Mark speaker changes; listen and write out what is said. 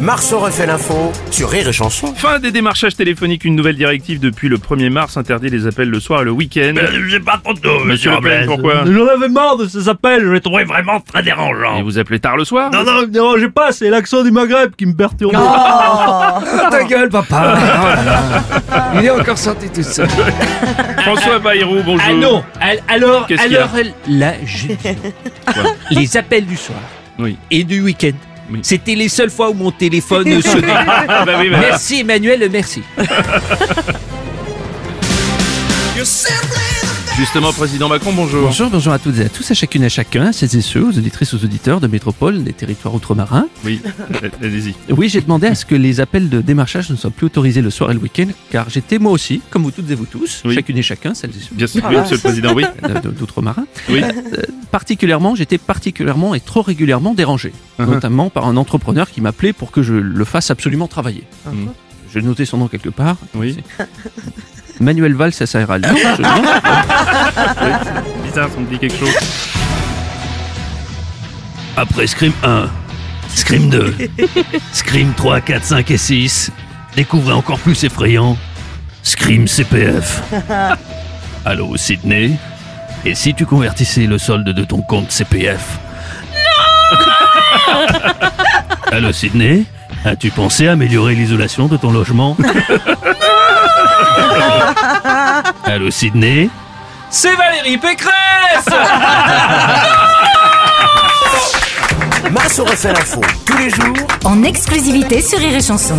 Speaker 1: Marceau refait l'info sur Rire et Chanson.
Speaker 2: Fin des démarchages téléphoniques, une nouvelle directive depuis le 1er mars interdit les appels le soir et le week-end.
Speaker 3: J'ai pas trop de
Speaker 2: Monsieur Le Pen, pourquoi
Speaker 4: J'en avais marre de ces appels, je les trouvais.
Speaker 3: Oui, vraiment très
Speaker 2: Et
Speaker 3: dérangeant.
Speaker 2: vous appelez tard le soir
Speaker 4: Non, non, ne me dérangez pas, c'est l'accent du Maghreb qui me perturbe. Ah,
Speaker 5: Ta gueule, papa Il est encore sorti tout seul.
Speaker 2: François Bayrou,
Speaker 4: Ah
Speaker 2: bonjour.
Speaker 4: al- eh alors,
Speaker 2: Qu'est-ce qu'il y a
Speaker 4: là, je... les appels du soir
Speaker 2: Oui.
Speaker 4: et du week-end,
Speaker 2: Oui.
Speaker 4: c'était les seules fois où mon téléphone euh, sonnait.
Speaker 2: Ah, bah oui, bah.
Speaker 4: Merci Emmanuel, merci.
Speaker 2: Justement, président Macron, bonjour.
Speaker 5: Bonjour, bonjour à toutes et à tous, à chacune et à chacun, à celles et ceux, aux auditrices, aux auditeurs de Métropole, des territoires outre-marins.
Speaker 2: Oui, allez-y.
Speaker 5: Oui, j'ai demandé à ce que les appels de démarchage ne soient plus autorisés le soir et le week-end, car j'étais moi aussi, comme vous toutes et vous tous,
Speaker 2: Oui.
Speaker 5: chacune et chacun, celles et ceux
Speaker 2: Bien sûr,
Speaker 4: Ah
Speaker 2: oui,
Speaker 4: bah.
Speaker 2: monsieur le président, oui.
Speaker 5: euh, de- d'outre-marins.
Speaker 2: Oui.
Speaker 5: Euh, particulièrement, j'étais particulièrement et trop régulièrement dérangé, notamment par un entrepreneur qui m'appelait pour que je le fasse absolument travailler.
Speaker 2: Mhm.
Speaker 5: J'ai noté son nom quelque part.
Speaker 2: Oui.
Speaker 5: Manuel Valls, ça ira à Lyon, je viens.
Speaker 2: Bizarre, ça me dit quelque chose.
Speaker 3: Après Scream 1, Scream 2, Scream 3, 4, 5 et 6, découvrez encore plus effrayant Scream CPF. Allô Sydney Et si tu convertissais le solde de ton compte CPF Non Allô Sydney As-tu pensé améliorer l'isolation de ton logement Allô Sydney
Speaker 4: C'est Valérie Pécresse
Speaker 1: Marceau refait l'info tous les jours
Speaker 6: en exclusivité sur Rire et Chanson.